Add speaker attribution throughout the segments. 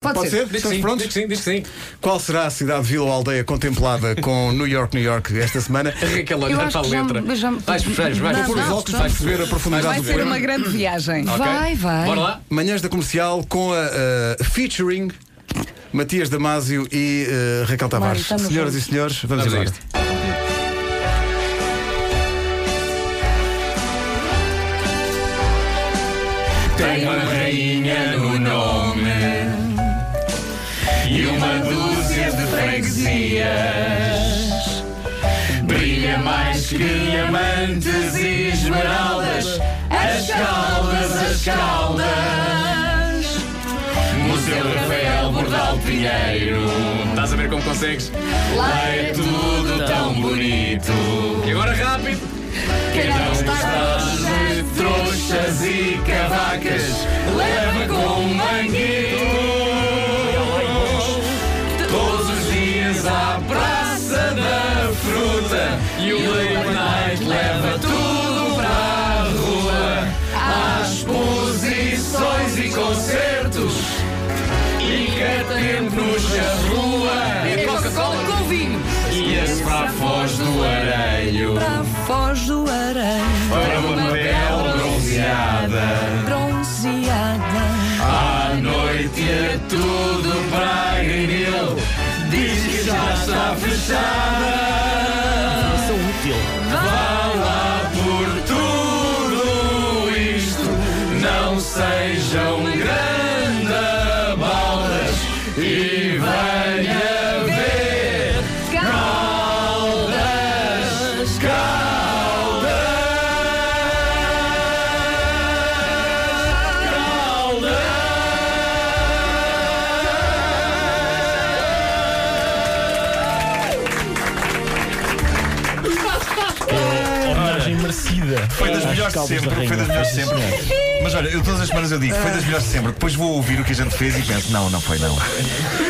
Speaker 1: Pode,
Speaker 2: Pode ser?
Speaker 1: Diz que
Speaker 2: Estamos
Speaker 1: sim,
Speaker 2: prontos?
Speaker 1: diz que sim, diz que sim.
Speaker 2: Qual será a cidade, vila ou aldeia contemplada com New York, New York esta semana?
Speaker 1: Raquel,
Speaker 3: Eu
Speaker 1: olhar
Speaker 3: acho
Speaker 1: para a
Speaker 3: que já me-
Speaker 1: letra.
Speaker 3: já me-
Speaker 1: Vais, vais, vais.
Speaker 3: Não,
Speaker 1: Vou pôr
Speaker 2: Por
Speaker 1: os
Speaker 2: os
Speaker 3: não,
Speaker 2: óculos
Speaker 3: não.
Speaker 2: vais perceber a
Speaker 4: Vai
Speaker 2: profundidade do
Speaker 4: ser
Speaker 2: programa.
Speaker 4: uma grande viagem.
Speaker 1: Ok.
Speaker 3: Vai, vai.
Speaker 1: Bora lá.
Speaker 2: Manhãs da Comercial com a eh, featuring Matias Damasio e eh, Raquel Tavares.
Speaker 3: estamos
Speaker 2: Senhoras
Speaker 3: juntos.
Speaker 2: e senhores, vamos,
Speaker 1: Vamos a
Speaker 2: embora.
Speaker 1: isto.
Speaker 3: Tem uma
Speaker 1: rainha no nome e uma dúzia de freguesias. Brilha mais que diamantes e esmeraldas, as caldas, as caldas. Museu Rafael Bordal Pinheiro. Estás a ver como consegues? Lá é tudo tão bonito. E agora rápido. Cada um está de trouxas e cavacas, leva com um manguito. Todos os dias à praça da fruta e o Leonais leva tudo para a rua. Há exposições e concertos e catemos na rua. E Coca-Cola
Speaker 3: com vinho.
Speaker 1: Ias para a Foz do Areio
Speaker 3: Para a Foz do Areia,
Speaker 1: Para uma bela bronzeada
Speaker 3: bronzeada.
Speaker 1: À noite é tudo Braga e Nil Diz que já está fechada
Speaker 5: Sou útil.
Speaker 1: Vá lá por tudo isto Não um sejam grandabaldas E venha ver Caldas, Caldas,
Speaker 5: Homenagem merecida.
Speaker 6: Foi das
Speaker 5: Às
Speaker 6: melhores
Speaker 5: É,
Speaker 6: de
Speaker 5: caldas da
Speaker 6: sempre,
Speaker 5: rainha.
Speaker 6: foi das melhores de
Speaker 5: Sim,
Speaker 6: sempre.
Speaker 5: senhor.
Speaker 6: Mas olha, eu todas as semanas eu digo, foi das melhores de sempre. Depois vou ouvir o que a gente fez e penso, não, não foi não.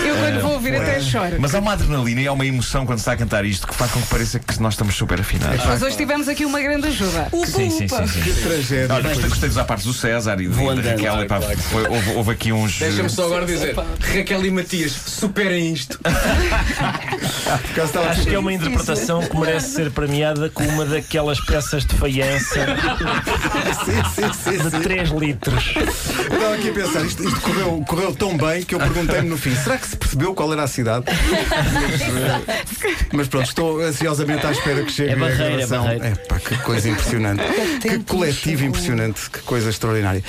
Speaker 4: Eu quando vou ouvir até choro.
Speaker 6: Mas há uma adrenalina e há uma emoção quando se está a cantar isto que faz com que pareça que nós estamos super
Speaker 5: É,
Speaker 6: afinados.
Speaker 4: Mas hoje tivemos aqui uma grande ajuda.
Speaker 5: Sim, sim, sim, sim.
Speaker 2: Tragédia.
Speaker 6: Olha, gostei, gostei dos apartes do César e
Speaker 5: Vou
Speaker 6: do- da
Speaker 5: andando.
Speaker 6: Raquel. epá, foi- houve, houve aqui uns.
Speaker 1: Deixa-me só agora dizer, Raquel e Matias, superem isto.
Speaker 2: Por acaso estava a
Speaker 5: Acho que é uma interpretação que merece ser premiada com uma daquelas peças de faiança
Speaker 2: Sim, sim, sim.
Speaker 5: de 3 litros.
Speaker 2: Estava aqui a pensar, isto, isto correu, correu tão bem que eu perguntei-me no fim: será que se percebeu qual era a cidade? Mas pronto, estou ansiosamente à espera que chegue
Speaker 5: É barreira,
Speaker 2: a gravação.
Speaker 5: é barreira.
Speaker 2: Epá, que coisa impressionante. que coletivo impressionante, que coisa extraordinária.